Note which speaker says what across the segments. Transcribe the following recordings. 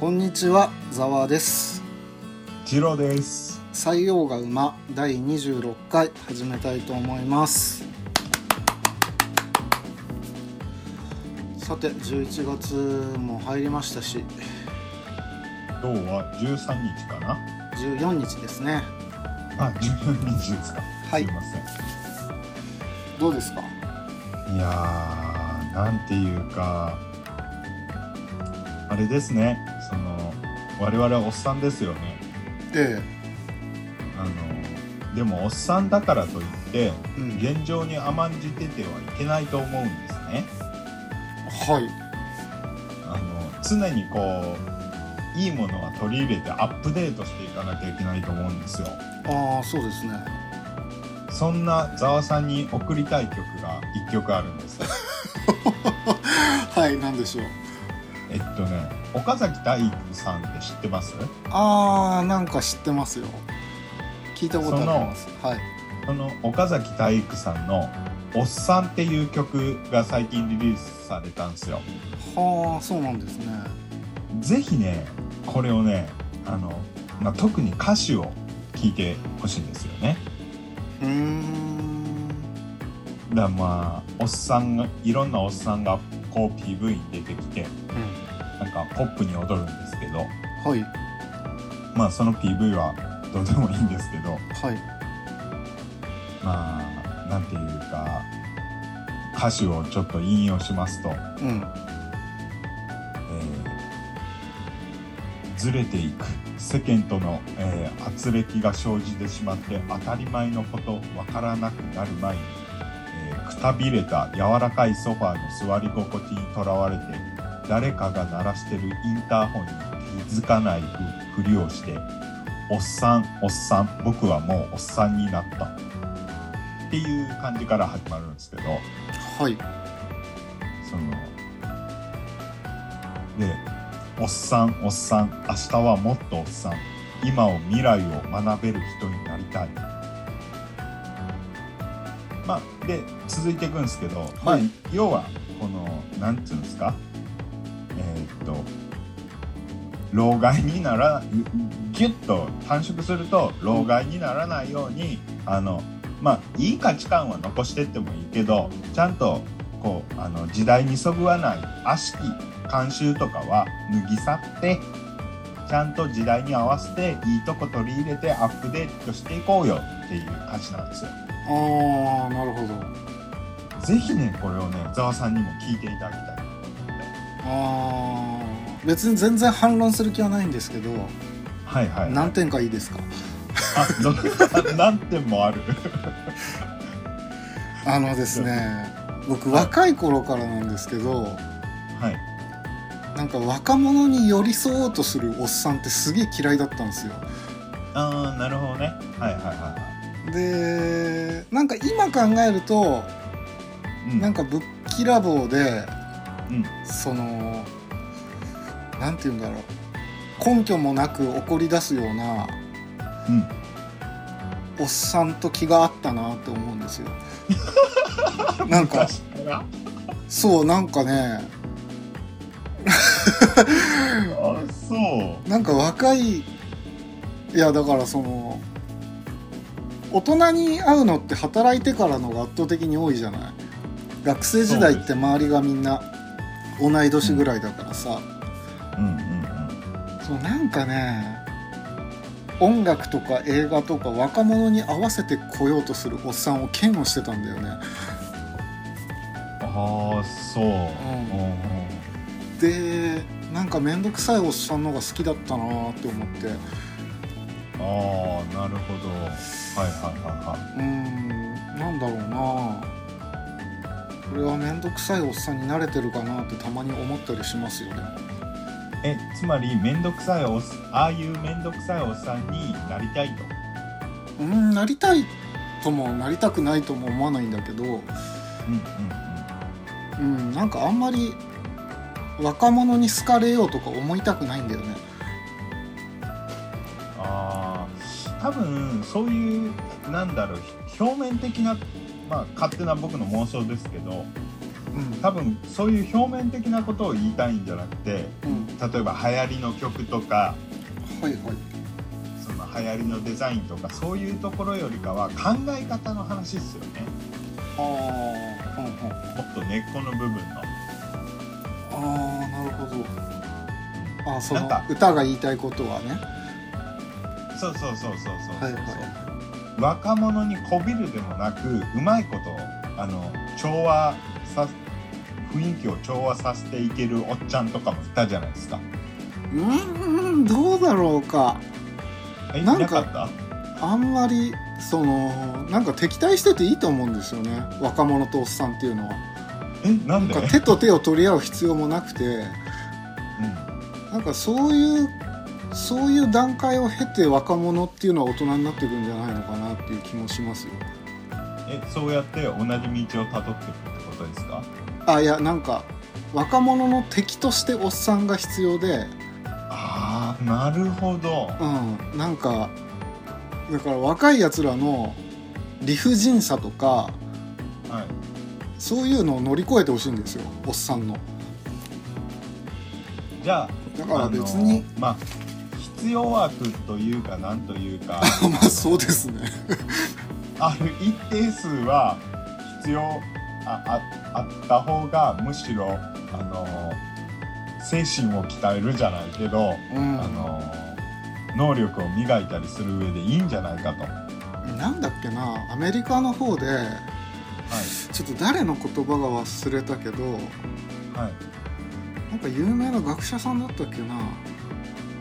Speaker 1: こんにちは、ざわです。
Speaker 2: ジローです。
Speaker 1: 採用が馬第26回始めたいと思います。さて、11月も入りましたし、
Speaker 2: 今日は13日かな。
Speaker 1: 14日ですね。
Speaker 2: あ、14日ですか。
Speaker 1: はい
Speaker 2: すいませ
Speaker 1: どうですか？
Speaker 2: ん。いやー、なんていうか。あれですね。その、我々はおっさんですよね。
Speaker 1: え
Speaker 2: あの、でもおっさんだからといって、
Speaker 1: え、うん、
Speaker 2: 現状に甘んじててはいけないと思うんですね。
Speaker 1: はい、
Speaker 2: あの、常にこう。いいものは取り入れてアップデートしていかなきゃいけないと思うんですよ。
Speaker 1: ああ、そうですね。
Speaker 2: そんなざわさんに送りたい曲が一曲あるんです。
Speaker 1: はい、なんでしょう。
Speaker 2: えっとね、岡崎体育さんって知ってます
Speaker 1: ああ、なんか知ってますよ。聞いたことあります。はい。
Speaker 2: その岡崎体育さんの「おっさん」っていう曲が最近リリースされたんですよ。
Speaker 1: はあ、そうなんですね。
Speaker 2: ぜひね、これをね、あの、まあ、特に歌詞を聞いてほしいんですよね。
Speaker 1: うーん。
Speaker 2: だからまあ、おっさんが、いろんなおっさんがこう PV に出てきて、
Speaker 1: うん。
Speaker 2: なんかポップに踊るんですけど、
Speaker 1: はい。
Speaker 2: まあその PV はどうでもいいんですけど、
Speaker 1: はい。
Speaker 2: まあ、なんていうか、歌詞をちょっと引用しますと、
Speaker 1: うん。
Speaker 2: えーずれていく世間との、えー、圧力が生じてしまって当たり前のことわからなくなる前に、えーくたびれた柔らかいソファーの座り心地にとらわれて誰かが鳴らしてるインターホンに気づかないふふりをして「おっさんおっさん僕はもうおっさんになった」っていう感じから始まるんですけど。
Speaker 1: はい。
Speaker 2: そので「おっさんおっさん明日はもっとおっさん今を未来を学べる人になりたい」まあで続いていくんですけど、まあ
Speaker 1: はい
Speaker 2: 要はこのなんていうんですかえーっと老害にならギュッと短縮すると老害にならないように、あのまあいい価値観は残してってもいいけどちゃんとこうあの時代にそぐわない悪しき慣習とかは脱ぎ去ってちゃんと時代に合わせていいとこ取り入れてアップデートしていこうよっていう歌詞なんですよ。
Speaker 1: ああ、なるほど。
Speaker 2: ぜひねこれをねざわさんにも聞いていただきたい。
Speaker 1: ああ、別に全然反論する気はないんですけど、
Speaker 2: はいはい。
Speaker 1: 何 点かいいですか。
Speaker 2: あど何点もある。
Speaker 1: あのですね、僕若い頃からなんですけど、
Speaker 2: はい。
Speaker 1: なんか若者に寄り添おうとするおっさんってすげえ嫌いだったんですよ。
Speaker 2: ああなるほどね。はいはいは
Speaker 1: で、なんか今考えると、
Speaker 2: い。うん
Speaker 1: なんかぶっきらぼうで、
Speaker 2: うん
Speaker 1: そのなんて言うんだろう根拠もなく怒り出すような
Speaker 2: うん。
Speaker 1: おっさんと気があったなって思うんですよ。なんか
Speaker 2: 昔から
Speaker 1: そうなんかね
Speaker 2: あそう。
Speaker 1: なんか若いいやだからその大人に会うのって働いてからのが圧倒的に多いじゃない学生時代って周りがみんな同い年ぐらいだからさ、
Speaker 2: うんうんうん。
Speaker 1: そうなんかね音楽とか映画とか若者に合わせて来ようとするおっさんを嫌悪してたんだよね
Speaker 2: ああそう。うんうんうん
Speaker 1: でなんか面倒くさいおっさんの方が好きだったなって思って
Speaker 2: ああなるほどはいはいは
Speaker 1: うーんなんだろうなこれは面倒くさいおっさんに慣れてるかなってたまに思ったりしますよね
Speaker 2: いはいえつまり面倒くさいおっさんああいう面倒くさいおっさんになりたいと
Speaker 1: うーんなりたいともなりたくないとも思わないんだけど
Speaker 2: うんうんうん
Speaker 1: うんなんかあんまり若者に好かれようとか思いたくないんだよね
Speaker 2: ああ多分そういうなんだろう表面的なまあ勝手な僕の妄想ですけど
Speaker 1: うん
Speaker 2: 多分そういう表面的なことを言いたいんじゃなくて
Speaker 1: うん
Speaker 2: 例えば流行りの曲とか
Speaker 1: はいはい
Speaker 2: その流行りのデザインとかそういうところよりかは考え方の話ですよね
Speaker 1: ああうんうん
Speaker 2: もっと根っこの部分の
Speaker 1: ああなるほどあーそ
Speaker 2: なん
Speaker 1: の
Speaker 2: か
Speaker 1: 歌が言いたいことはね
Speaker 2: そうそうそうそうそ
Speaker 1: は
Speaker 2: う
Speaker 1: いは
Speaker 2: 若者にこびるでもなくうまいことあの調和さ雰囲気を調和させていけるおっちゃんとかもいたじゃないですか
Speaker 1: いうーんどうだろうか
Speaker 2: え
Speaker 1: なんか
Speaker 2: いなかっ
Speaker 1: あんまりそのなんか敵対してていいと思うんですよね若者とおっさんっていうのは
Speaker 2: たえなんで
Speaker 1: なんか手と手を取り合う必要もなくて
Speaker 2: うん
Speaker 1: なんかそういうそういう段階を経て若者っていうのは大人になっていくんじゃないのかなっていう気もしますよ
Speaker 2: えそうやって同じ道をたどっていくってことですか
Speaker 1: あいやなんか若者の敵としておっさんが必要で
Speaker 2: ああなるほど
Speaker 1: うんなんかだから若いやつらの理不尽さとか
Speaker 2: はい
Speaker 1: そういうのを乗り越えてほしいんですよおっさんの
Speaker 2: じゃあ
Speaker 1: だから
Speaker 2: あの
Speaker 1: 別に
Speaker 2: まあ必要枠というかなんというか
Speaker 1: あ まあそうですね
Speaker 2: ある一定数は必要あああった方がむしろあの精神を鍛えるじゃないけど、
Speaker 1: うん
Speaker 2: あの能力を磨いたりする上でいいんじゃないかと。は
Speaker 1: なんだっけなアメリカの方でちょっと誰の言葉が忘れたけど
Speaker 2: いはい
Speaker 1: なんか有名な学者さんだったっけな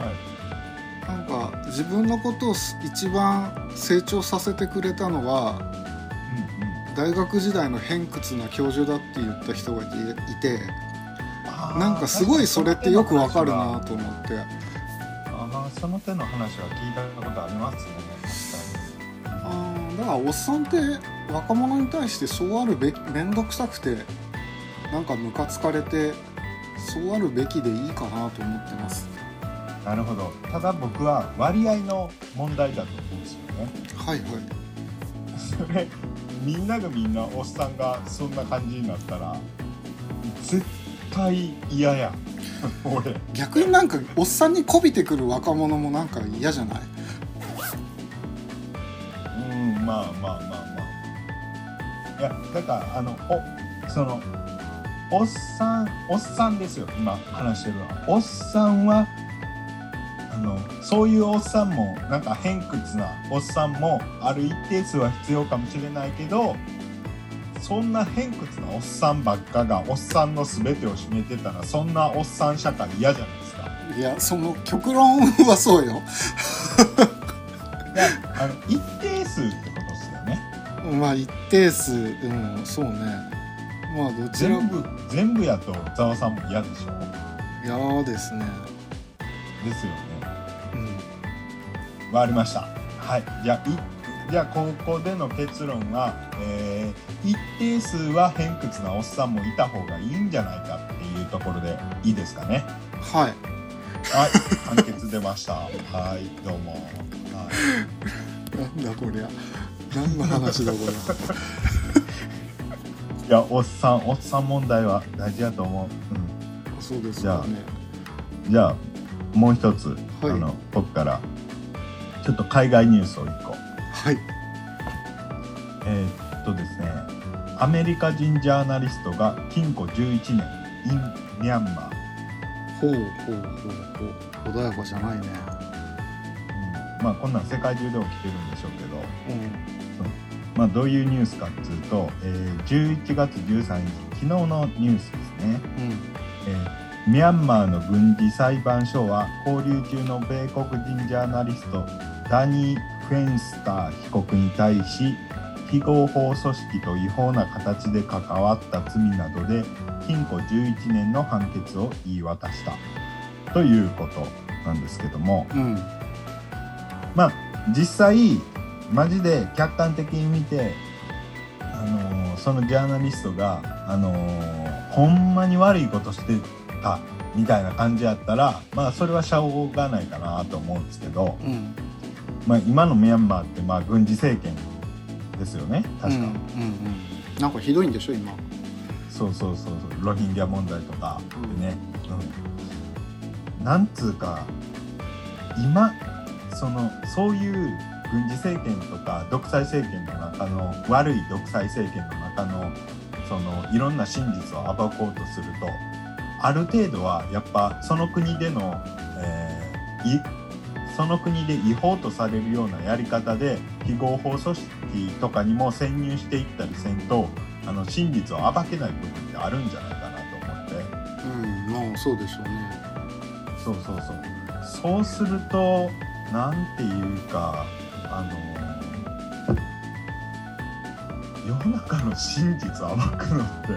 Speaker 2: はい。
Speaker 1: なんか自分のことを一番成長させてくれたのは
Speaker 2: うんうん。
Speaker 1: 大学時代の偏屈な教授だって言った人がいて
Speaker 2: あー
Speaker 1: なんかすごいそれってよくわかるな。と思って
Speaker 2: あーその手の話は聞いたことありますね。確かに。
Speaker 1: あーだからおっさんって若者に対してそうあるべき面倒くさくてなんかムカつかれてそうあるべきでいいかなと思ってます
Speaker 2: なるほど。ただ僕は割合の問題だと思うんですよね。
Speaker 1: はいはい
Speaker 2: それ みんながみんなおっさんがそんな感じになったら絶対嫌や 俺
Speaker 1: 逆になんかおっさんにこびてくる若者もなんか嫌じゃない
Speaker 2: うんまあまあまあまあいやだからあのおそのおっさんおっさんですよ今話してるのはおっさんはあのそういうおっさんもなんか偏屈なおっさんもある一定数は必要かもしれないけどそんな偏屈なおっさんばっかがおっさんの全てを占めてたらそんなおっさん社会嫌じゃないですか。
Speaker 1: いやその極論はそうよ
Speaker 2: いやあの一定数ってことですよね。
Speaker 1: まあ一定数うんそうねまあどちら
Speaker 2: 全
Speaker 1: も
Speaker 2: 部全部やとざわさんも嫌でしょ。
Speaker 1: 嫌ですね
Speaker 2: ですよね。
Speaker 1: うん
Speaker 2: わかりました。はい。じゃあ、いじゃあここでの結論は、えー一定数は偏屈なおっさんもいた方がいいんじゃないかっていうところでいいですかね。
Speaker 1: はい
Speaker 2: はい。 判決出ました。はい。どうも。はい
Speaker 1: なんだこりゃ何の話だこりゃ
Speaker 2: いや、おっさん、おっさん問題は大事だと思う。うん
Speaker 1: そうですよね
Speaker 2: じゃあ、もう一つ、
Speaker 1: はい
Speaker 2: あの、僕から、ちょっと海外ニュースを一個。
Speaker 1: はい
Speaker 2: えーっとですねアメリカ人ジャーナリストが禁錮11年 in ミャンマー、
Speaker 1: ほうほうほうほう穏やかじゃないね
Speaker 2: うんまあこんなん世界中で起きてるんでしょうけど、
Speaker 1: うん
Speaker 2: まあ、どういうニュースかっていうと、えー11月13日昨日のニュースですね、
Speaker 1: うん
Speaker 2: えーミャンマーの軍事裁判所は勾留中の米国人ジャーナリストダニー・フェンスター被告に対し非合法組織と違法な形で関わった罪などで禁錮11年の判決を言い渡したということなんですけども
Speaker 1: うん
Speaker 2: まあ実際マジで客観的に見て、あのーそのジャーナリストが、あのーほんまに悪いことしてたみたいな感じやったらまあそれはしょうがないかなと思うんですけど、
Speaker 1: うん
Speaker 2: まあ、今のミャンマーってまあ軍事政権ですよね確か、
Speaker 1: うんうんうんなんかひどいんでしょ今
Speaker 2: そうそうそうそうロヒンギャ問題とかでね、うんなんつうか今そのそういう軍事政権とか独裁政権の中の悪い独裁政権の中のそのいろんな真実を暴こうとするとある程度はやっぱその国での、えーいその国で違法とされるようなやり方で非合法組織とかにも潜入していったりせんとあの真実を暴けない部分ってあるんじゃないかなと思って。
Speaker 1: うんまあそうでしょうね
Speaker 2: そうそうそうそうするとなんていうかあの世の中の真実暴くのって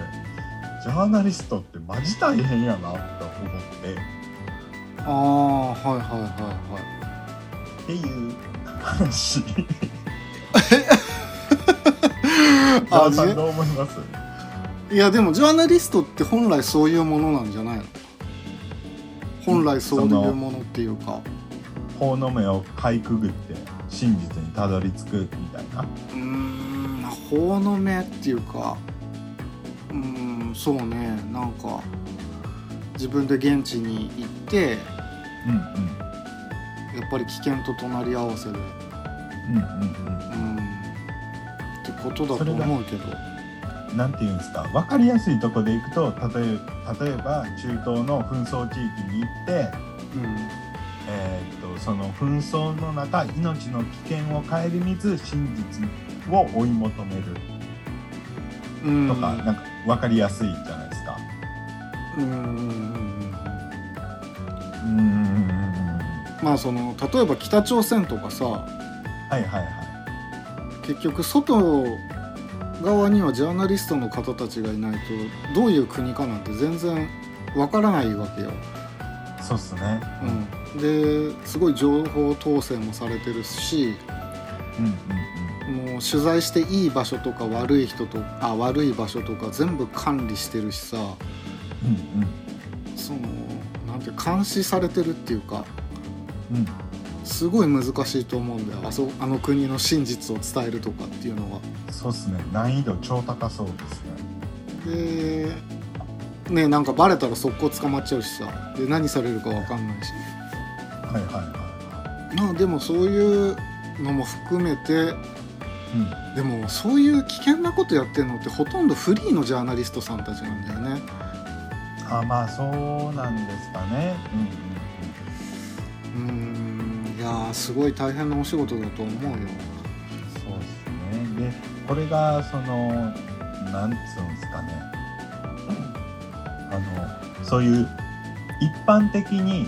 Speaker 2: ジャーナリストってマジ大変やなと思って
Speaker 1: ああはいはいはいはい
Speaker 2: っていう話
Speaker 1: あ
Speaker 2: あさん
Speaker 1: じ
Speaker 2: どう思います
Speaker 1: いやでもジャーナリストって本来そういうものなんじゃないの本来そういうものっていうか
Speaker 2: 法の目をかいくぐって真実にたどり着くみたいな
Speaker 1: うーん法の目っていうかうーんそうねなんか自分で現地に行ってや
Speaker 2: うんうん
Speaker 1: っぱり危険と隣り合わせで
Speaker 2: うんうんうん
Speaker 1: うんってことだ
Speaker 2: そ
Speaker 1: と
Speaker 2: れが
Speaker 1: 思うけど
Speaker 2: なんていうんですか分かりやすいとこで行くと例え例えば中東の紛争地域に行って、
Speaker 1: うん
Speaker 2: えーっとその紛争の中命の危険を顧みず真実を追い求める
Speaker 1: うん
Speaker 2: とか、なんか分かりやすいじゃないですか。
Speaker 1: うんうんうんうん
Speaker 2: うんうんうんうん
Speaker 1: まあその例えば北朝鮮とかさ
Speaker 2: はいはいは
Speaker 1: 結局外側にはジャーナリストの方たちがいないとどういう国かなんて全然わからないわけよ、
Speaker 2: いそうっすね。
Speaker 1: うん、ですごい情報統制もされてるし
Speaker 2: うんうん
Speaker 1: もう取材していい場所とか悪い人とあ悪い場所とか全部管理してるしさ
Speaker 2: うん
Speaker 1: そのなんていう監視されてるっていうか
Speaker 2: うんうんうん
Speaker 1: すごい難しいと思うんだよあそあの国の真実を伝えるとかっていうのは。
Speaker 2: そうっすね難易度超高そうですね。
Speaker 1: でねなんかバレたら速攻捕まっちゃうしさで何されるか分かんないし
Speaker 2: はいはいは
Speaker 1: まあでもそういうのも含めて
Speaker 2: い。うん
Speaker 1: でもそういう危険なことやってるのってほとんどフリーのジャーナリストさんたちなんだよね
Speaker 2: あまあそうなんですかね。うんうんうん
Speaker 1: うーんいやーすごい大変なお仕事だと思うよ
Speaker 2: そうですね。で、これがそのなんつうんですかね。あのそういう一般的に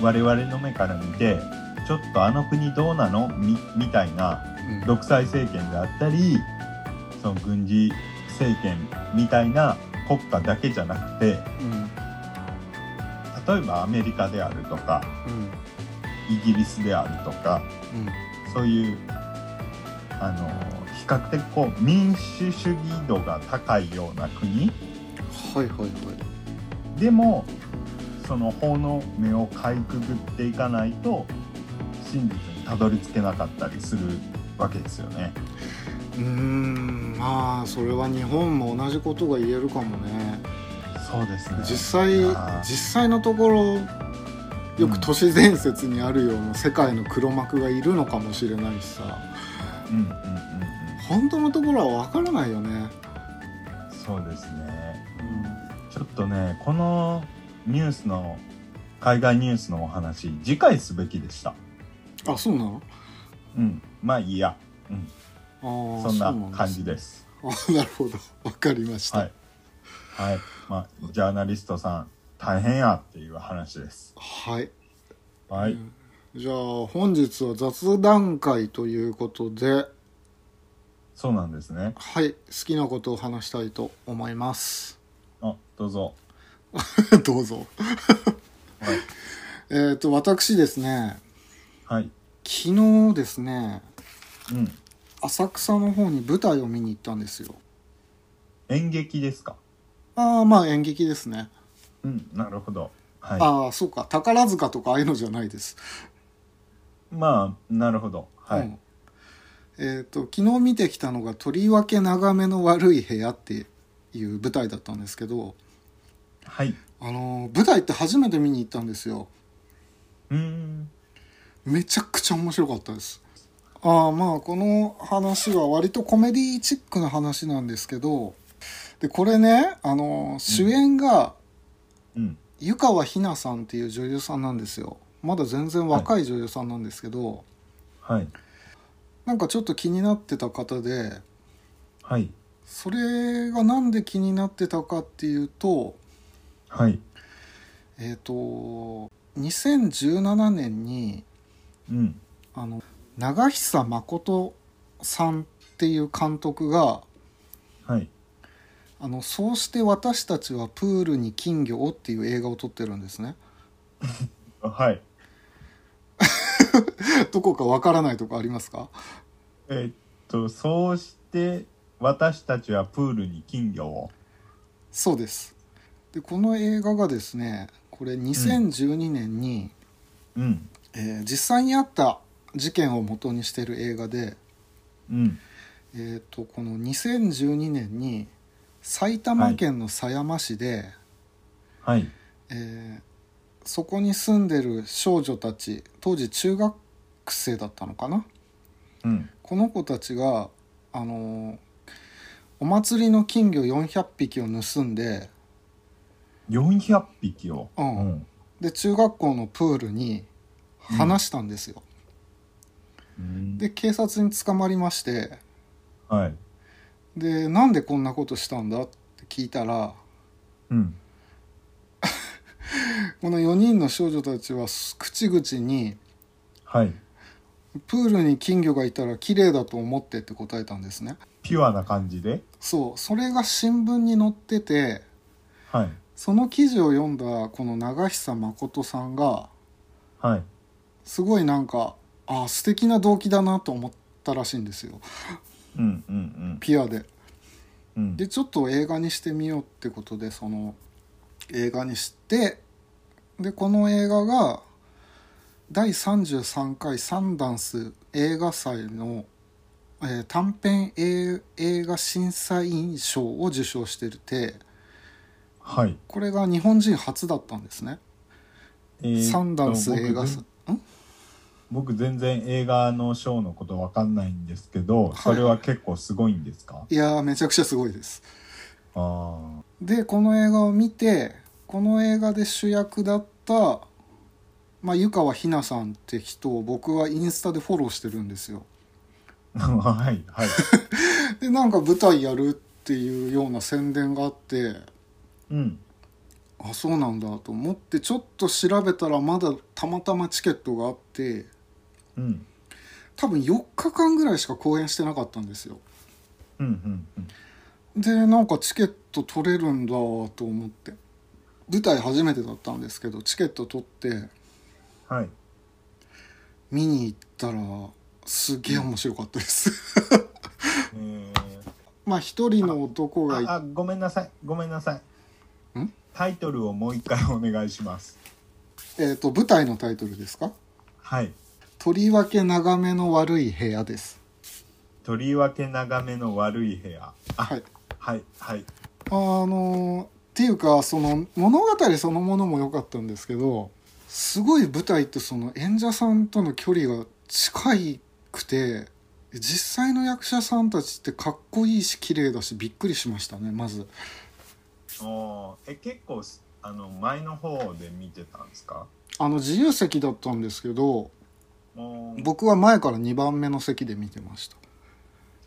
Speaker 2: 我々の目から見て、ちょっとあの国どうなのみみたいな
Speaker 1: うん
Speaker 2: 独裁政権であったり、その軍事政権みたいな国家だけじゃなくて、
Speaker 1: うん
Speaker 2: 例えばアメリカであるとか、
Speaker 1: うん
Speaker 2: イギリスであるとか。
Speaker 1: うん
Speaker 2: そういうあの比較的こう民主主義度が高いような国
Speaker 1: はいはいはい
Speaker 2: でもその法の目をかいくぐっていかないと真実にたどり着けなかったりするわけですよね。
Speaker 1: うーんまあそれは日本も同じことが言えるかもね
Speaker 2: そうですね
Speaker 1: 実際
Speaker 2: あー
Speaker 1: 実際のところよく都市伝説にあるような世界の黒幕がいるのかもしれないしさ
Speaker 2: うんうんうん
Speaker 1: 本当のところは分からないよね
Speaker 2: うんそうですねちょっとねこのニュースの海外ニュースのお話次回すべきでした。
Speaker 1: あそうなの
Speaker 2: うん、まあいいや
Speaker 1: あー
Speaker 2: そんな
Speaker 1: うなん
Speaker 2: 感じ
Speaker 1: で
Speaker 2: です。
Speaker 1: すあなるほど分かりました、
Speaker 2: はい。はい。まあ、ジャーナリストさん、大変やっていう話です。
Speaker 1: はい
Speaker 2: はい。
Speaker 1: じゃあ本日は雑談会ということで
Speaker 2: そうなんですね。
Speaker 1: はい好きなことを話したいと思います
Speaker 2: あ、どうぞ。
Speaker 1: どうぞ
Speaker 2: はい。
Speaker 1: えっ、と私ですね
Speaker 2: はい。
Speaker 1: 昨日ですね
Speaker 2: うん。
Speaker 1: 浅草の方に舞台を見に行ったんですよ
Speaker 2: 演劇ですか
Speaker 1: ああまあ演劇ですね、
Speaker 2: うん、なるほど。は
Speaker 1: ああそうか宝塚とかああいうのじゃないです、
Speaker 2: い。まあ、なるほど。は
Speaker 1: う
Speaker 2: い
Speaker 1: ん。えっ、と昨日見てきたのが「とりわけ眺めの悪い部屋」っていう舞台だったんですけど
Speaker 2: はい。
Speaker 1: あのー舞台って初めて見に行ったんですよ
Speaker 2: うん
Speaker 1: めちゃくちゃ面白かったですああまあこの話は割とコメディチックな話なんですけどでこれねあの主演が
Speaker 2: うん
Speaker 1: 湯川ひなさんっていう女優さんなんですよまだ全然若い女優さんなんですけど、
Speaker 2: はい
Speaker 1: なんかちょっと気になってた方で
Speaker 2: はい
Speaker 1: それがなんで気になってたかっていうと
Speaker 2: はい
Speaker 1: えっ、と2017年に
Speaker 2: うん
Speaker 1: あの長久誠さんっていう監督が
Speaker 2: はい
Speaker 1: 「あのそうして私たちはプールに金魚を」っていう映画を撮ってるんですね
Speaker 2: はい
Speaker 1: どこかわからないとこありますか
Speaker 2: えっとそうして私たちはプールに金魚を
Speaker 1: そうですでこの映画がですねこれ2012年に、
Speaker 2: うん
Speaker 1: えー実際にあった事件を元にしてる映画で、
Speaker 2: うん
Speaker 1: えー、とこの2012年に埼玉県の狭山市で、
Speaker 2: はい
Speaker 1: えーそこに住んでる少女たち当時中学生だったのかな
Speaker 2: うん
Speaker 1: この子たちが、あのーお祭りの金魚400匹を盗んで
Speaker 2: 400匹を
Speaker 1: うん
Speaker 2: うん
Speaker 1: で中学校のプールに放したんですよ、
Speaker 2: うん
Speaker 1: で警察に捕まりまして
Speaker 2: はい
Speaker 1: でなんでこんなことしたんだって聞いたら
Speaker 2: うん
Speaker 1: この4人の少女たちは口々に
Speaker 2: はい
Speaker 1: プールに金魚がいたら綺麗だと思ってって答えたんですね
Speaker 2: ピュアな感じで
Speaker 1: そうそれが新聞に載ってて
Speaker 2: はい
Speaker 1: その記事を読んだこの長久誠さんが
Speaker 2: はい
Speaker 1: すごいなんかあ素敵な動機だなと思ったらしいんですよ
Speaker 2: うんうん
Speaker 1: ピアで
Speaker 2: うんうん
Speaker 1: でちょっと映画にしてみようってことでその映画にしてでこの映画が第33回サンダンス映画祭の、えー短編映映画審査員賞を受賞してて
Speaker 2: はい
Speaker 1: これが日本人初だったんですね、
Speaker 2: えーっと
Speaker 1: サンダンス映画
Speaker 2: 僕
Speaker 1: 祭ん
Speaker 2: 僕全然映画のショーのことわかんないんですけど
Speaker 1: い
Speaker 2: それは結構すごいんですか、
Speaker 1: いやーめちゃくちゃすごいです
Speaker 2: あ
Speaker 1: でこの映画を見てこの映画で主役だった、まあ、湯川ひなさんって人を僕はインスタでフォローしてるんですよ
Speaker 2: あ はいはい
Speaker 1: でなんか舞台やるっていうような宣伝があって
Speaker 2: うん
Speaker 1: あそうなんだと思ってちょっと調べたらまだたまたまチケットがあって
Speaker 2: うん
Speaker 1: 多分4日間ぐらいしか公演してなかったんですよ
Speaker 2: うんうんうん
Speaker 1: でなんかチケット取れるんだと思って舞台初めてだったんですけどチケット取って
Speaker 2: はい
Speaker 1: 見に行ったらすげえ面白かったです
Speaker 2: えー
Speaker 1: まあ一人の男がい
Speaker 2: ああごめんなさいごめんなさい
Speaker 1: ん
Speaker 2: タイトルをもう一回お願いします
Speaker 1: えー、と舞台のタイトルですか
Speaker 2: はい
Speaker 1: 「とりわけ眺めの悪い部屋」です
Speaker 2: とりわけ眺めの悪い部屋あ
Speaker 1: はい
Speaker 2: はいはい
Speaker 1: あのーっていうかその物語そのものも良かったんですけどすごい舞台ってその演者さんとの距離が近いくて実際の役者さんたちってかっこいいし綺麗だしびっくりしましたねまず
Speaker 2: おーえ結構すあの前の方で見てたんですか
Speaker 1: あの自由席だったんですけど
Speaker 2: おー
Speaker 1: 僕は前から2番目の席で見てました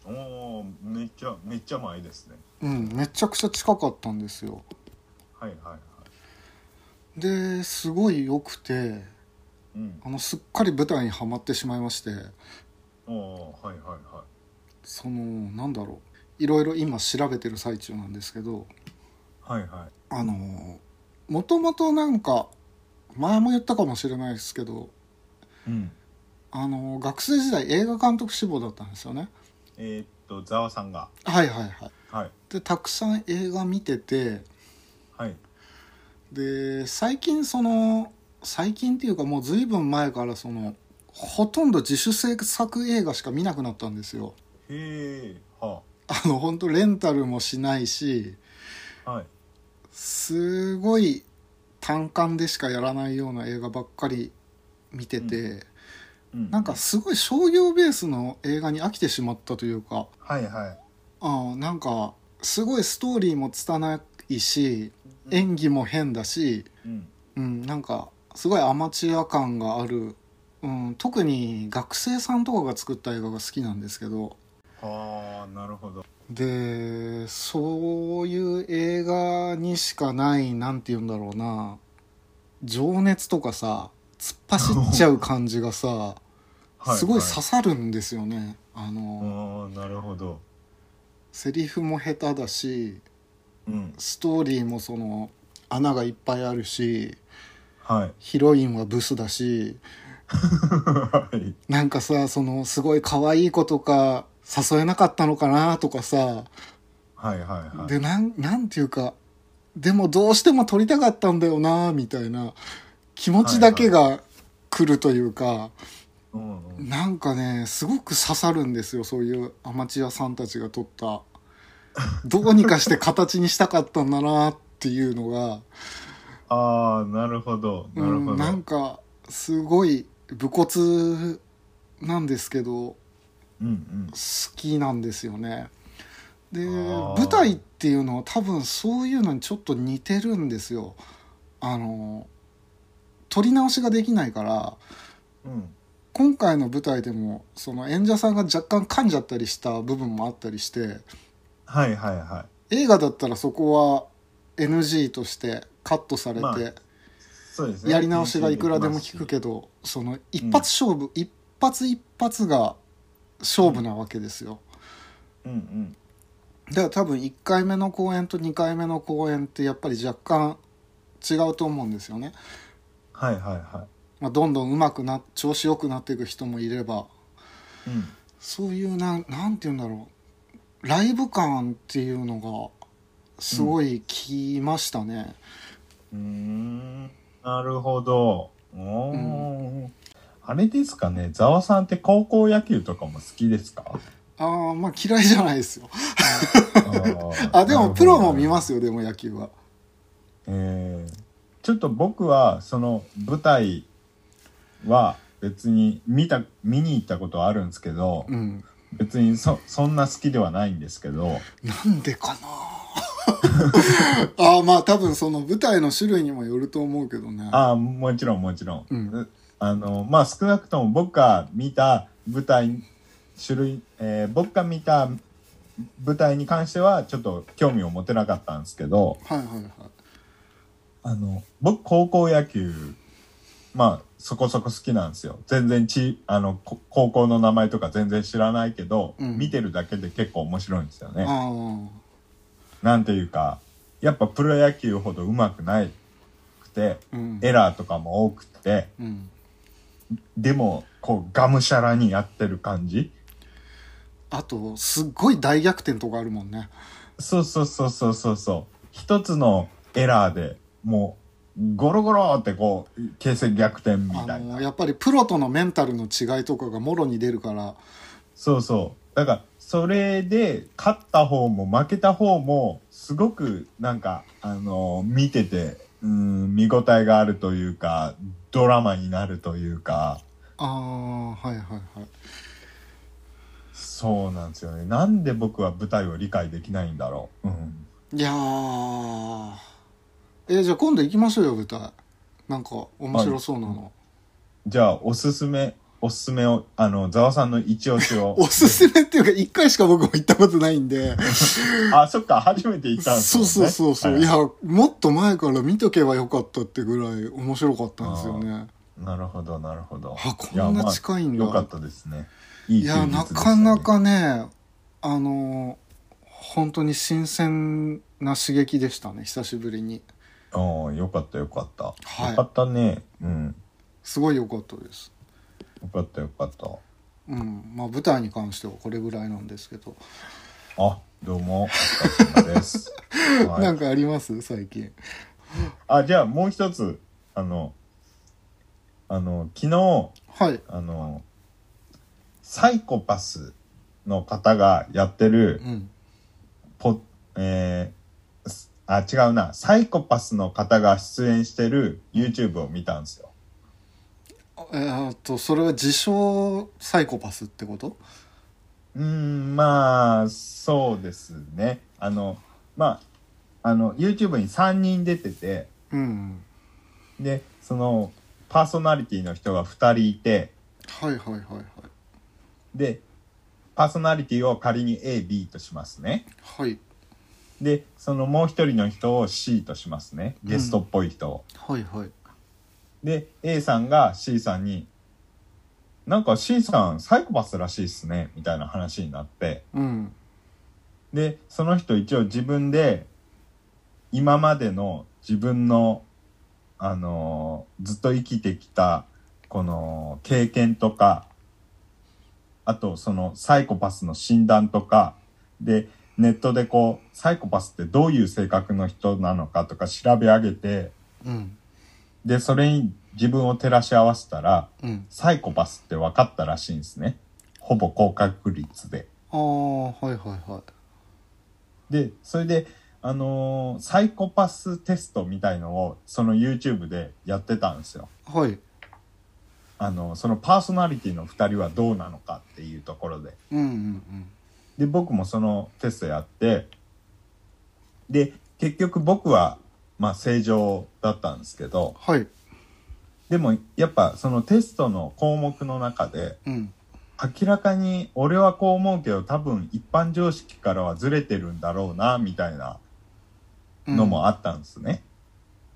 Speaker 2: おーめっちゃめっちゃ前ですね
Speaker 1: うんめちゃくちゃ近かったんですよ
Speaker 2: はいはいはい
Speaker 1: ですごい良くて
Speaker 2: うん
Speaker 1: あのすっかり舞台にはまってしまいまして
Speaker 2: おーはいはいは
Speaker 1: そのなんだろういろいろ今調べてる最中なんですけど
Speaker 2: いはいはい
Speaker 1: あのもともとなんか前も言ったかもしれないですけど
Speaker 2: うん
Speaker 1: あの学生時代映画監督志望だったんですよね
Speaker 2: えーっとざわさんが
Speaker 1: はいはいはい
Speaker 2: はい
Speaker 1: でたくさん映画見てて
Speaker 2: はい
Speaker 1: で最近その最近っていうかもう随分前からそのほとんど自主制作映画しか見なくなったんですよ
Speaker 2: へえは
Speaker 1: あの本当レンタルもしないし
Speaker 2: あはい
Speaker 1: すごい単館でしかやらないような映画ばっかり見てて、
Speaker 2: うん
Speaker 1: なんかすごい商業ベースの映画に飽きてしまったというか
Speaker 2: はいはい
Speaker 1: ああなんかすごいストーリーも拙いし
Speaker 2: うん
Speaker 1: 演技も変だし、
Speaker 2: うん
Speaker 1: うん、なんかすごいアマチュア感がある、うん、特に学生さんとかが作った映画が好きなんですけど
Speaker 2: はあなるほど
Speaker 1: でそういう映画にしかないなんて言うんだろうな情熱とかさ突っ走っちゃう感じが さすごい刺
Speaker 2: さ
Speaker 1: さるんですよね。あの、
Speaker 2: ああなるほど
Speaker 1: セリフも下手だし
Speaker 2: うん
Speaker 1: ストーリーもその穴がいっぱいあるし
Speaker 2: はい
Speaker 1: ヒロインはブスだし
Speaker 2: はい
Speaker 1: なんかさそのすごい可愛い子とか誘えなかったのかなとかさ
Speaker 2: はいはいはい
Speaker 1: でなんなんていうかでもどうしても撮りたかったんだよなみたいな気持ちだけが来るというか、
Speaker 2: うんうん
Speaker 1: なんかねすごく刺さるんですよそういうアマチュアさんたちが撮った どうにかして形にしたかったんだなっていうのが
Speaker 2: ああなるほどなるほど、
Speaker 1: うん、なんかすごい武骨なんですけど
Speaker 2: うんうん
Speaker 1: 好きなんですよねで
Speaker 2: あー
Speaker 1: 舞台っていうのは多分そういうのにちょっと似てるんですよあの撮り直しができないから
Speaker 2: うん
Speaker 1: 今回の舞台でもその演者さんが若干噛んじゃったりした部分もあったりして
Speaker 2: はいはいは
Speaker 1: 映画だったらそこは NG としてカットされ
Speaker 2: ま
Speaker 1: て
Speaker 2: いそうですね
Speaker 1: やり直しがいくらでも効くけどその一発勝負、一発一発が勝負なわけですよ
Speaker 2: うんうん
Speaker 1: だから多分1回目の公演と2回目の公演ってやっぱり若干違うと思うんですよね、
Speaker 2: はいはいは
Speaker 1: まあ、どんどん上手くな調子良くなっていく人もいれば
Speaker 2: いうん
Speaker 1: そういうなんなんて言うんだろうライブ感っていうのがすごいきましたね、
Speaker 2: うーんなるほどおーあれですかねざわさんって高校野球とかも好きですか
Speaker 1: ああまあ嫌いじゃないですよ
Speaker 2: あー
Speaker 1: あで
Speaker 2: なるほ
Speaker 1: も
Speaker 2: ど
Speaker 1: プロも見ますよでも野球は
Speaker 2: えーちょっと僕はその舞台は別に見た見に行ったことはあるんですけど、
Speaker 1: うん
Speaker 2: 別にそそんな好きではないんですけど
Speaker 1: なんでかなああまあ多分その舞台の種類にもよると思うけどね
Speaker 2: ああもちろんもちろん、
Speaker 1: うん
Speaker 2: うあのまあ少なくとも僕が見た舞台種類、えー僕が見た舞台に関してはちょっと興味を持てなかったんですけど
Speaker 1: はいはいはい
Speaker 2: あの僕高校野球まあそこそこ好きなんですよ全然ちあのこ高校の名前とか全然知らないけど、
Speaker 1: うん
Speaker 2: 見てるだけで結構面白いんですよね。
Speaker 1: あー
Speaker 2: なんていうかやっぱプロ野球ほど上手くないくて
Speaker 1: うん
Speaker 2: エラーとかも多くて。
Speaker 1: うん
Speaker 2: でも、こう、がむしゃらにやってる感じ
Speaker 1: あとすっごい大逆転とかあるもんね
Speaker 2: そうそうそうそうそうそう。一つのエラーでもう、ゴロゴロってこう、形勢逆転みた
Speaker 1: あ
Speaker 2: い
Speaker 1: の
Speaker 2: な。
Speaker 1: やっぱりプロとのメンタルの違いとかがもろに出るから
Speaker 2: そうそう。だから、それで、勝った方も負けた方も、すごく、なんか、あの見てて、うん、見応えがあるというか、ドラマになるというか、
Speaker 1: ああはいはいはい
Speaker 2: そうなんですよね。なんで僕は舞台を理解できないんだろう。うん。
Speaker 1: いやーえじゃあ今度行きましょうよ舞台なんか面白そうなの、
Speaker 2: じゃあ、おすすめ、おすすめを、あの、ざわさんの一押し を。
Speaker 1: おすすめっていうか一回しか僕も行ったことないんで
Speaker 2: あ、そっか、初めて行ったんです
Speaker 1: そ
Speaker 2: もん
Speaker 1: う
Speaker 2: ね
Speaker 1: そうそうそう、、
Speaker 2: はい
Speaker 1: やもっと前から見とけばよかったってぐらい面白かったんですよね
Speaker 2: なるほど、なるほど。
Speaker 1: あこんな近いん
Speaker 2: い
Speaker 1: だ
Speaker 2: やまあよかったですね。いい
Speaker 1: いや
Speaker 2: 休日で
Speaker 1: な
Speaker 2: したね
Speaker 1: かな。かねあの本当に新鮮な刺激でしたね久しぶりに
Speaker 2: ああ、よかった、よかった。
Speaker 1: はい
Speaker 2: よかったね。うん。
Speaker 1: すごい良かったです
Speaker 2: よかった、よかった。
Speaker 1: うんまあ舞台に関してはこれぐらいなんですけど、
Speaker 2: あ、どうも、お疲れ 様です。は
Speaker 1: なん
Speaker 2: い、
Speaker 1: かあります最近
Speaker 2: あ、じゃあ、もう一つ、あの、あの、昨日、
Speaker 1: はい
Speaker 2: あの、サイコパスの方がやってる、
Speaker 1: うん
Speaker 2: ポえーすあ、違うな。サイコパスの方が出演してる YouTube を見たんですよ。
Speaker 1: えーっとそれは自称サイコパスってこと
Speaker 2: うん、まあ、そうですね。あの、まあ、あの、YouTube に3人出てて、
Speaker 1: うん
Speaker 2: で、その、パーソナリティの人が2人いて、
Speaker 1: はいはいはいはい
Speaker 2: で、パーソナリティを仮に A、B としますね。
Speaker 1: はい
Speaker 2: で、そのもう一人の人を C としますね。ゲストっぽい人を。
Speaker 1: はいはい
Speaker 2: で、A さんが C さんに、なんか C さんサイコパスらしいっすね、みたいな話になって。
Speaker 1: うん
Speaker 2: で、その人一応自分で、今までの自分の、あのーずっと生きてきた、この経験とか、あとそのサイコパスの診断とか、で、ネットでこう、サイコパスってどういう性格の人なのかとか調べ上げて、
Speaker 1: うん
Speaker 2: で、それに自分を照らし合わせたら、
Speaker 1: うん
Speaker 2: サイコパスって分かったらしいんですね。ほぼ高確率で。
Speaker 1: ああはいはいはい
Speaker 2: で、それで、あのーサイコパステストみたいのを、その YouTube でやってたんですよ。
Speaker 1: はい
Speaker 2: あのーそのパーソナリティの2人はどうなのかっていうところで。
Speaker 1: うんうん
Speaker 2: で、僕もそのテストやって、で、結局僕は、まあ正常だったんですけど、
Speaker 1: はい
Speaker 2: でもやっぱそのテストの項目の中で、
Speaker 1: うん
Speaker 2: 明らかに俺はこう思うけど多分一般常識からはずれてるんだろうなみたいな
Speaker 1: うん
Speaker 2: のもあったんですね。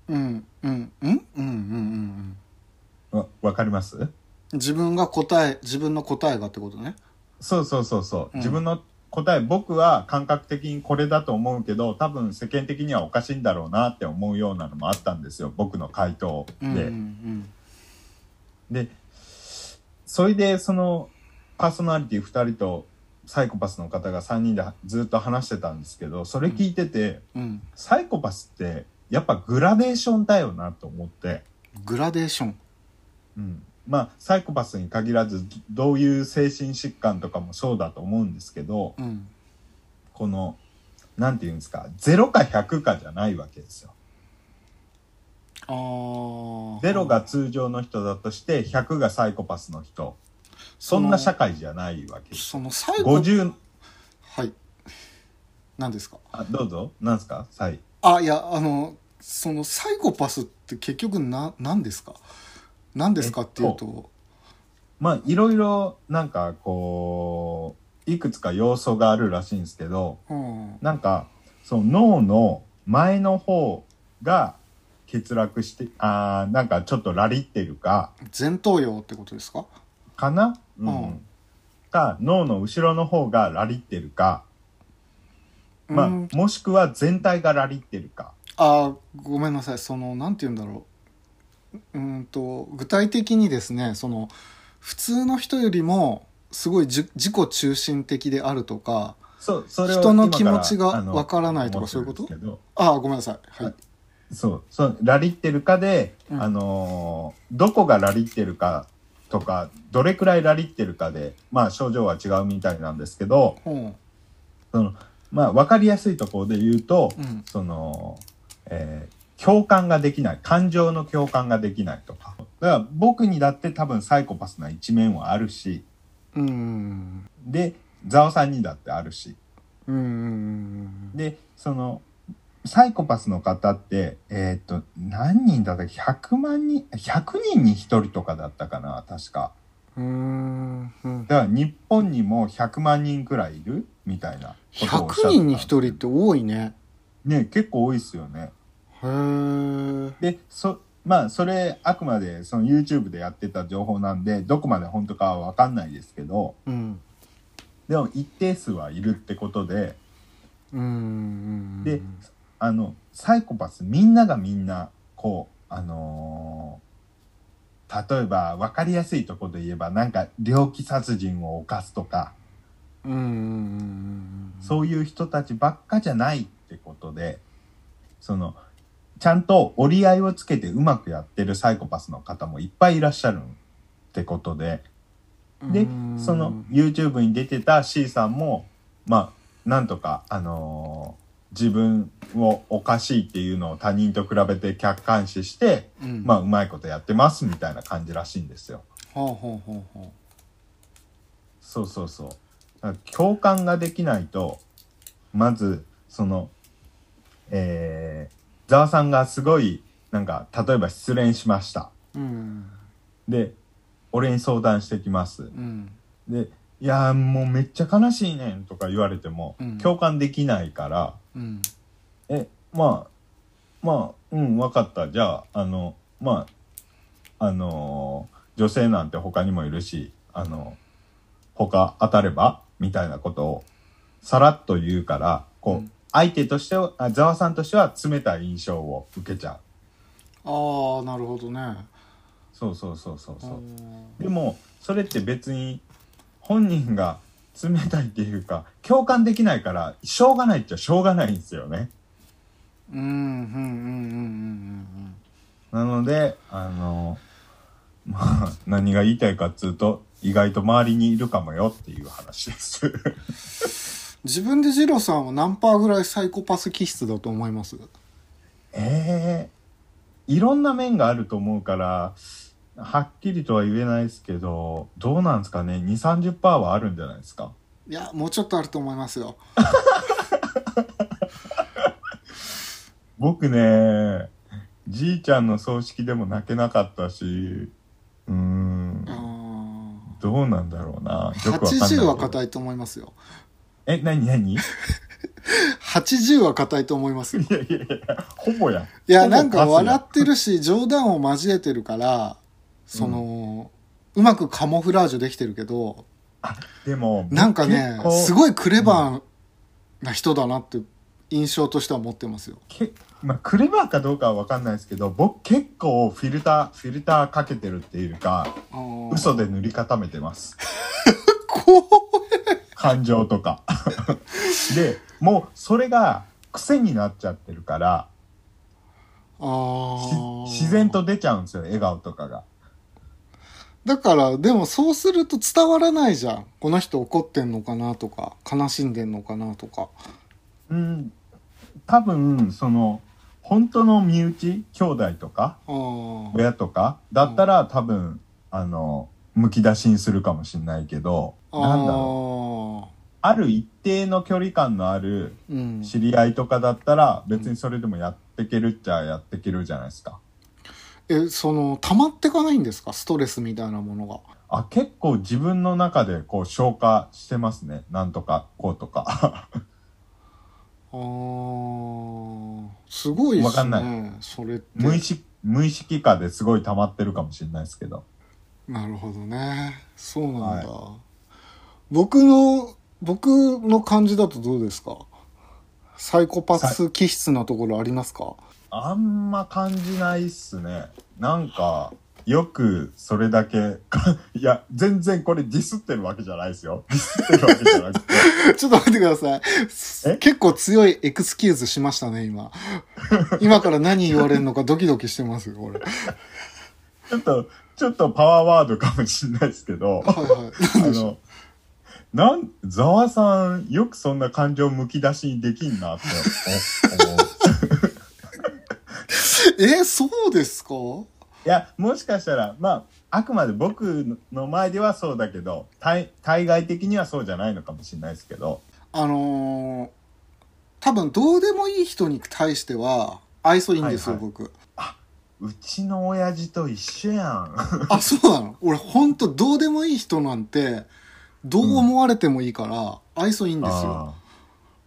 Speaker 1: うんうんうんうんうんうんうん
Speaker 2: わ、わかります
Speaker 1: 自分が答え自分の答えがってことね
Speaker 2: そうそうそうそう。
Speaker 1: うん
Speaker 2: 自分の答え、僕は感覚的にこれだと思うけど、多分世間的にはおかしいんだろうなって思うようなのもあったんですよ。僕の回答で。
Speaker 1: うんうん
Speaker 2: で、それでそのパーソナリティ2人とサイコパスの方が3人でずっと話してたんですけど、それ聞いてて、
Speaker 1: うんうん
Speaker 2: サイコパスってやっぱグラデーションだよなと思って、
Speaker 1: グラデーション
Speaker 2: うん、まあサイコパスに限らずどういう精神疾患とかもそうだと思うんですけど
Speaker 1: うん
Speaker 2: このなんていうんですか0か100かじゃないわけですよ。
Speaker 1: あー
Speaker 2: 0が通常の人だとして100がサイコパスの人そんな社会じゃないわけです。
Speaker 1: その最後
Speaker 2: 50
Speaker 1: はい何ですか
Speaker 2: あどうぞなんですかサイ
Speaker 1: あいやあのそのサイコパスって結局な何ですか何ですかっていうと、
Speaker 2: まあいろいろなんかこういくつか要素があるらしいんですけど、
Speaker 1: うん、は
Speaker 2: なんか、その脳の前の方が欠落して、あーなんかちょっとラリってるか、
Speaker 1: 前頭葉ってことですか
Speaker 2: かなう
Speaker 1: うん
Speaker 2: ん。か、脳の後ろの方がラリってるか、まあ、
Speaker 1: うん
Speaker 2: もしくは全体がラリってるか。
Speaker 1: あごめんなさいそのなんて言うんだろううーんと具体的にですねその普通の人よりもすごいじゅ自己中心的であるとか
Speaker 2: そう、それを
Speaker 1: 人の
Speaker 2: 今から
Speaker 1: 気持ちが
Speaker 2: あの
Speaker 1: わからないとか
Speaker 2: 思ってるんですけど
Speaker 1: あごめんなさいはい、
Speaker 2: はいそう、そう、ラリってるかで、
Speaker 1: うん
Speaker 2: あのーどこがラリってるかとか、どれくらいラリってるかで、まあ症状は違うみたいなんですけど、
Speaker 1: うん
Speaker 2: そのまあ、わかりやすいところで言うと、
Speaker 1: うん
Speaker 2: その、えー共感ができない。感情の共感ができないとか。だから僕にだって多分サイコパスな一面はあるし、
Speaker 1: うん
Speaker 2: で、ザオさんにだってあるし。
Speaker 1: うんうん
Speaker 2: で、その、サイコパスの方って、えーっと、何人だった ?100 万人、100人に1人とかだったかな確か。
Speaker 1: うんうんうん
Speaker 2: だから日本にも100万人くらいいるみたいなことをおっしゃ
Speaker 1: 100
Speaker 2: ってた
Speaker 1: 人に1人って多いね
Speaker 2: ね、結構多いっすよね。
Speaker 1: へえ
Speaker 2: で、そ、まあ、それ、あくまで、その YouTube でやってた情報なんで、どこまで本当かはわかんないですけど、
Speaker 1: うん
Speaker 2: でも一定数はいるってことで、
Speaker 1: うんうん
Speaker 2: で、あの、サイコパス、みんながみんな、こう、あのー例えば、わかりやすいところで言えば、なんか、猟奇殺人を犯すとか、
Speaker 1: うんうんうん
Speaker 2: そういう人たちばっかじゃないってことで、その、ちゃんと折り合いをつけてうまくやってるサイコパスの方もいっぱいいらっしゃるってことで、
Speaker 1: うん
Speaker 2: で
Speaker 1: うん、
Speaker 2: その YouTube に出てた C さんも、まあ、なんとか、あのー自分をおかしいっていうのを他人と比べて客観視して、
Speaker 1: うん
Speaker 2: まあうまいことやってますみたいな感じらしいんですよ。
Speaker 1: あはあはあはあ
Speaker 2: そうそうそう。だから共感ができないと、まず、その、えー、ざわさんがすごい、なんか、例えば失恋しました。
Speaker 1: うん
Speaker 2: で、俺に相談してきます。
Speaker 1: うん
Speaker 2: で、いやーもうめっちゃ悲しいねんとか言われても、
Speaker 1: うん
Speaker 2: 共感できないから、
Speaker 1: うん
Speaker 2: え、まあ、まあ、うん、わかった。じゃあ、あの、まあ、あのー女性なんて他にもいるし、あの、他当たればみたいなことを、さらっと言うから、こう、
Speaker 1: うん
Speaker 2: 相手としては、あざわさんとしては冷たい印象を受けちゃ
Speaker 1: ああなるほどね
Speaker 2: う。そうそうそうそうそう。
Speaker 1: うん
Speaker 2: でも、それって別に、本人が冷たいっていうか、共感できないから、しょうがないっちゃしょうがないんですよね。
Speaker 1: うんうんうんうん
Speaker 2: なので、あの、まあ、何が言いたいかっつうと、意外と周りにいるかもよっていう話です。
Speaker 1: 自分でジロさんは何パーぐらいサイコパス気質だと思います
Speaker 2: ええいろんな面があると思うから、はっきりとは言えないですけど、どうなんですかね ?2、30%はあるんじゃないですか
Speaker 1: いやもうちょっとあると思いますよ
Speaker 2: 僕ね、じいちゃんの葬式でも泣けなかったし、うーん、
Speaker 1: うん
Speaker 2: どうなんだろうな。よくわかんないけど。
Speaker 1: 80は硬いと思いますよ
Speaker 2: え、なになに い
Speaker 1: 80は硬いと思いますよ
Speaker 2: やいやいや、ほぼや。
Speaker 1: いや
Speaker 2: ほぼ
Speaker 1: なんか
Speaker 2: パスや
Speaker 1: 笑ってるし冗談を交えてるからその、うまくカモフラージュできてるけど
Speaker 2: でも、
Speaker 1: なんかね
Speaker 2: 結構
Speaker 1: すごいクレバーな人だなって印象としては持ってますよ
Speaker 2: け、まあ、クレバーかどうかは分かんないですけど、僕結構フィルター、フィルターかけてるっていうか、嘘で塗り固めてます。
Speaker 1: 怖
Speaker 2: 感情とか。 で、もうそれが癖になっちゃってるから、
Speaker 1: あ
Speaker 2: し
Speaker 1: あ
Speaker 2: 自然と出ちゃうんですよ、笑顔とかが。
Speaker 1: だからでもそうすると伝わらないじゃんこの人怒ってんのかなとか悲しんでんのかなとか
Speaker 2: うん、多分、その、本当の身内、兄弟とか、
Speaker 1: あー
Speaker 2: 親とか、だったら多分、あの、むき出しにするかもしれないけど、なんだろう。
Speaker 1: あ
Speaker 2: ある一定の距離感のある
Speaker 1: ーうん
Speaker 2: 知り合いとかだったら別にそれでもやってけるっちゃやってけるじゃないですか。
Speaker 1: えその溜まってかないんですかストレスみたいなものが
Speaker 2: あ、結構自分の中でこう消化してますね。なんとか、こうとか。
Speaker 1: あーすごいで
Speaker 2: わか
Speaker 1: す
Speaker 2: ん
Speaker 1: ねそれって
Speaker 2: 無意識、無意識下ですごい溜まってるかもしれないですけど。
Speaker 1: なるほどねそうなんだ、僕の僕の感じだとどうですかサイコパス気質なところありますか
Speaker 2: あんま感じないっすね。なんか、よくそれだけ、 いや、全然これディスってるわけじゃないですよ。ディスってるわけじゃなくて。
Speaker 1: ちょっと待ってください。
Speaker 2: え
Speaker 1: 結構強いエクスキューズしましたね、 今。今から何言われるのかドキドキしてますよ、俺。はい
Speaker 2: ちょっと、ちょっとパワーワードかもしれないですけど。
Speaker 1: はい。
Speaker 2: あの、なん、ざわさん、よくそんな感情むき出しにできんなって思う。
Speaker 1: え、そうですか
Speaker 2: いや、もしかしたら、まあ、あくまで僕の前ではそうだけど、対、対外的にはそうじゃないのかもしれないですけど、
Speaker 1: あのー多分どうでもいい人に対しては、愛想いいんですよ、
Speaker 2: はいは
Speaker 1: 僕。
Speaker 2: うちの親父と一緒やん。
Speaker 1: あ、そうなの俺ほんとどうでもいい人なんて、どう思われてもいいから、愛想いいんですよ。
Speaker 2: あー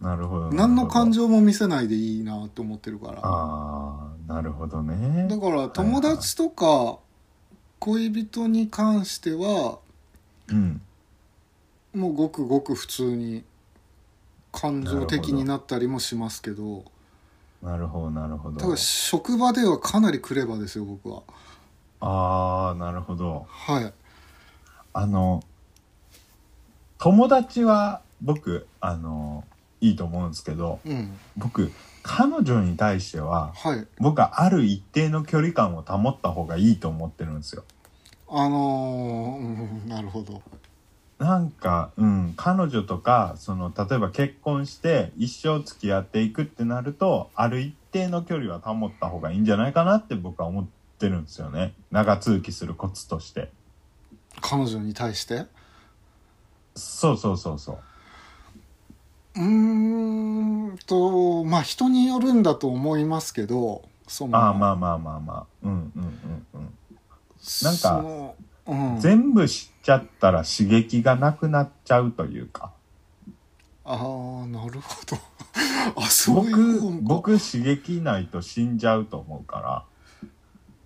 Speaker 2: なるほど。
Speaker 1: 何の感
Speaker 2: 情
Speaker 1: 情も見せないでいいなと思ってるから。
Speaker 2: ああ、なるほどね。
Speaker 1: だから友達とか恋人に関しては
Speaker 2: うん。
Speaker 1: もうごくごく普通に感情的になったりもしますけど
Speaker 2: なるほど、なるほ
Speaker 1: ただ
Speaker 2: ど。
Speaker 1: 職場ではかなりクレバですよ僕は
Speaker 2: ああ、なるほど。
Speaker 1: はい
Speaker 2: あの、友達は僕、あの、いいと思うんですけど、
Speaker 1: うん
Speaker 2: 僕、彼女に対しては、
Speaker 1: はい
Speaker 2: 僕はある一定の距離感を保った方がいいと思ってるんですよ。
Speaker 1: あのーうん、なるほど
Speaker 2: なんか、うん、彼女とか、その、例えば結婚して一生付き合っていくってなると、ある一定の距離は保った方がいいんじゃないかなって僕は思ってるんですよね。長続きするコツとして。
Speaker 1: 彼女に対して
Speaker 2: そうそうそうそう。
Speaker 1: うーんとまあ人によるんだと思いますけどその
Speaker 2: ああ、まあまあまあまあ。うんうんうんうん。なんか
Speaker 1: そのうん、
Speaker 2: 全部知っちゃったら刺激がなくなっちゃうというか。
Speaker 1: ああなるほど あそういう
Speaker 2: 僕、
Speaker 1: 本か
Speaker 2: 僕刺激ないと死んじゃうと思うか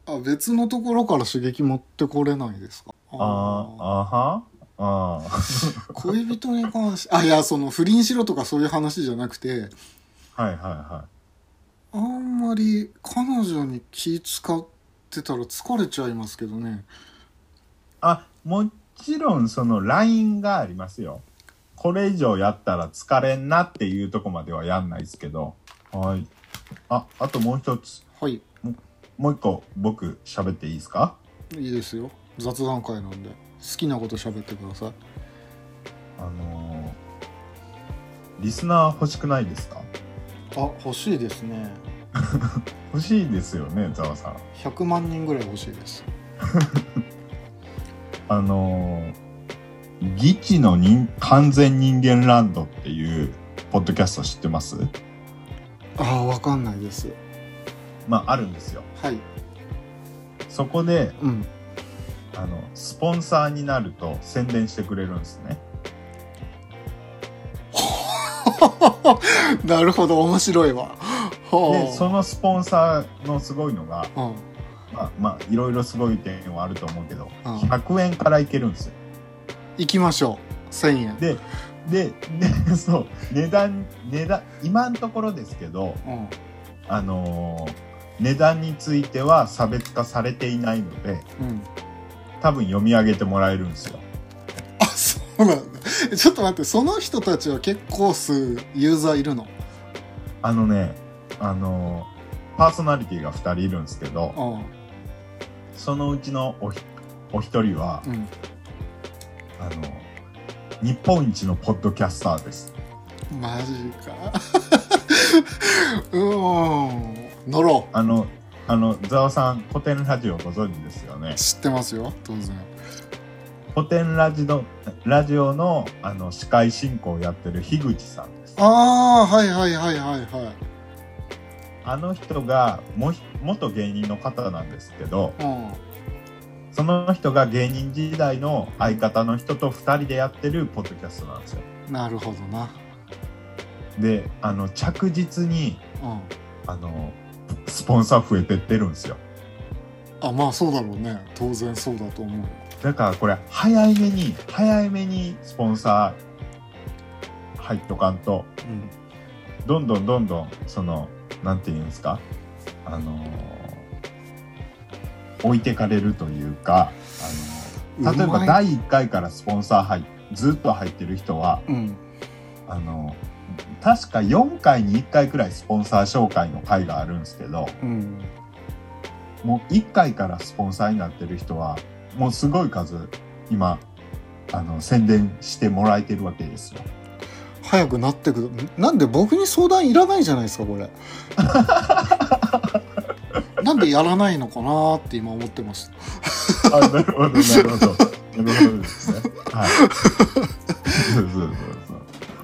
Speaker 2: ら。
Speaker 1: あ別のところから刺激持ってこれないですか
Speaker 2: ああ、あはああ。
Speaker 1: 恋人に関してあいやその不倫しろとかそういう話じゃなくて
Speaker 2: はいはいは
Speaker 1: あんまり彼女に気使ってたら疲れちゃいますけどね
Speaker 2: い。あ、もちろんそのラインがありますよ。これ以上やったら疲れんなっていうとこまではやんないですけど。はい。あ、あともう一つ。
Speaker 1: はいい
Speaker 2: もう一個僕喋っていいですか
Speaker 1: いですよ雑談会なんで好きなこと喋ってください
Speaker 2: あのーリスナー欲しくないですか
Speaker 1: あ欲しいですね
Speaker 2: 欲しいですよね、ざわさん。
Speaker 1: 100万人ぐらい欲しいです
Speaker 2: あのー、ギチの人完全人間ランドっていうポッドキャスト知ってます
Speaker 1: ああわかんないです
Speaker 2: まあ、あるんですよ。
Speaker 1: はい
Speaker 2: そこで、
Speaker 1: うん
Speaker 2: あの、スポンサーになると宣伝してくれるんですね。
Speaker 1: なるほど面白いわ
Speaker 2: で、そ
Speaker 1: は
Speaker 2: のスポンサーのすごいのが、
Speaker 1: あ、うん、
Speaker 2: まあ、まあ、いろいろすごい点はあると思うけど、
Speaker 1: うん
Speaker 2: 100円からいけるんですよ。
Speaker 1: 行きましょう1000円
Speaker 2: で、で、で そう、値段、値段、今のところですけど、
Speaker 1: うん
Speaker 2: あのー値段については差別化されていないので、
Speaker 1: うん
Speaker 2: 多分読み上げてもらえるんですよ。
Speaker 1: あそうなんだえちょっと待ってその人たちは結構数ユーザーいるの
Speaker 2: あのね、あのーパーソナリティが2人いるんですけど、
Speaker 1: う
Speaker 2: そのうちのおひお一人は、
Speaker 1: んうん
Speaker 2: あのー日本一のポッドキャスターです。
Speaker 1: マジか うーん乗ろ
Speaker 2: あの、あの、ざわさん、古典ラジオご存知ですよね
Speaker 1: う。知ってますよ当然
Speaker 2: 古典ラジオ、ラジオの、あの、司会進行をやってる樋口さんです。
Speaker 1: ああはいはいはいはいは
Speaker 2: あの人が、もひ、元芸人の方なんですけど、
Speaker 1: いうん
Speaker 2: その人が芸人時代の相方の人と2人でやってるポッドキャストなんですよ。
Speaker 1: なるほどな。
Speaker 2: で、あの、着実に、
Speaker 1: うん。
Speaker 2: あの、スポンサー増えてってるんですよ。
Speaker 1: あ、まあそうだろうね。当然そうだと思う。
Speaker 2: だからこれ、早いめに、早いめにスポンサー入っとかんと、
Speaker 1: うん。
Speaker 2: どんどんどんどん、その、なんて言うんですか、あの置いてかれるというか、あの例え
Speaker 1: うま
Speaker 2: ば
Speaker 1: い
Speaker 2: 第1回からスポンサー入っずっと入ってる人は、
Speaker 1: うん。
Speaker 2: あの、確か4回に1回くらいスポンサー紹介の回があるんですけど、
Speaker 1: うん。
Speaker 2: もう1回からスポンサーになってる人は、もうすごい数、今、あの、宣伝してもらえてるわけですよ。
Speaker 1: 早くなってくる。なんで僕に相談いらないじゃないですか、こ れ。なんでやらないのかなって今思ってました。
Speaker 2: あ、なるほど、なるほど。なるほどですね。はい。そうそうそうそう。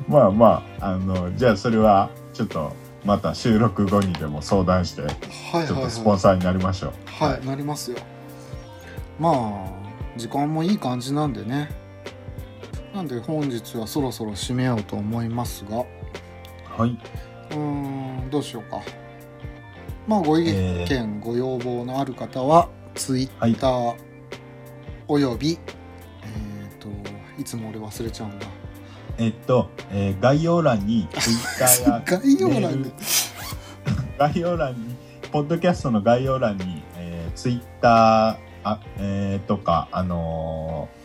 Speaker 2: まあまあ、あの、じゃあそれは、ちょっと、また収録後にでも相談して、
Speaker 1: はい
Speaker 2: ち
Speaker 1: は
Speaker 2: ょっ
Speaker 1: い
Speaker 2: とスポン
Speaker 1: は
Speaker 2: サーになりましょう。
Speaker 1: い。はい、なりますよ。まあ、時間もいい感じなんでね。なんで本日はそろそろ締めようと思いますが。
Speaker 2: はい。
Speaker 1: うーんどうしようかまあご意見、
Speaker 2: えー
Speaker 1: ご要望のある方はツイッターおよび、えっ、といつも俺忘れちゃうんだ
Speaker 2: えっと、えー概要欄に Twitter や
Speaker 1: 概要欄で
Speaker 2: メ概要欄に、ポッドキャストの概要欄に、えー、ツイッターあ、えーとか、あのー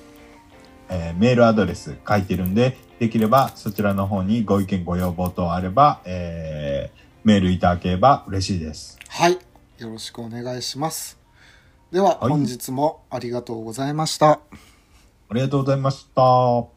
Speaker 2: えーメールアドレス書いてるんで、できればそちらの方にご意見ご要望等あれば、えーメールいただければ嬉しいです。
Speaker 1: はいよろしくお願いしますでは
Speaker 2: はい
Speaker 1: 本日もありがとうございました、
Speaker 2: ありがとうございました。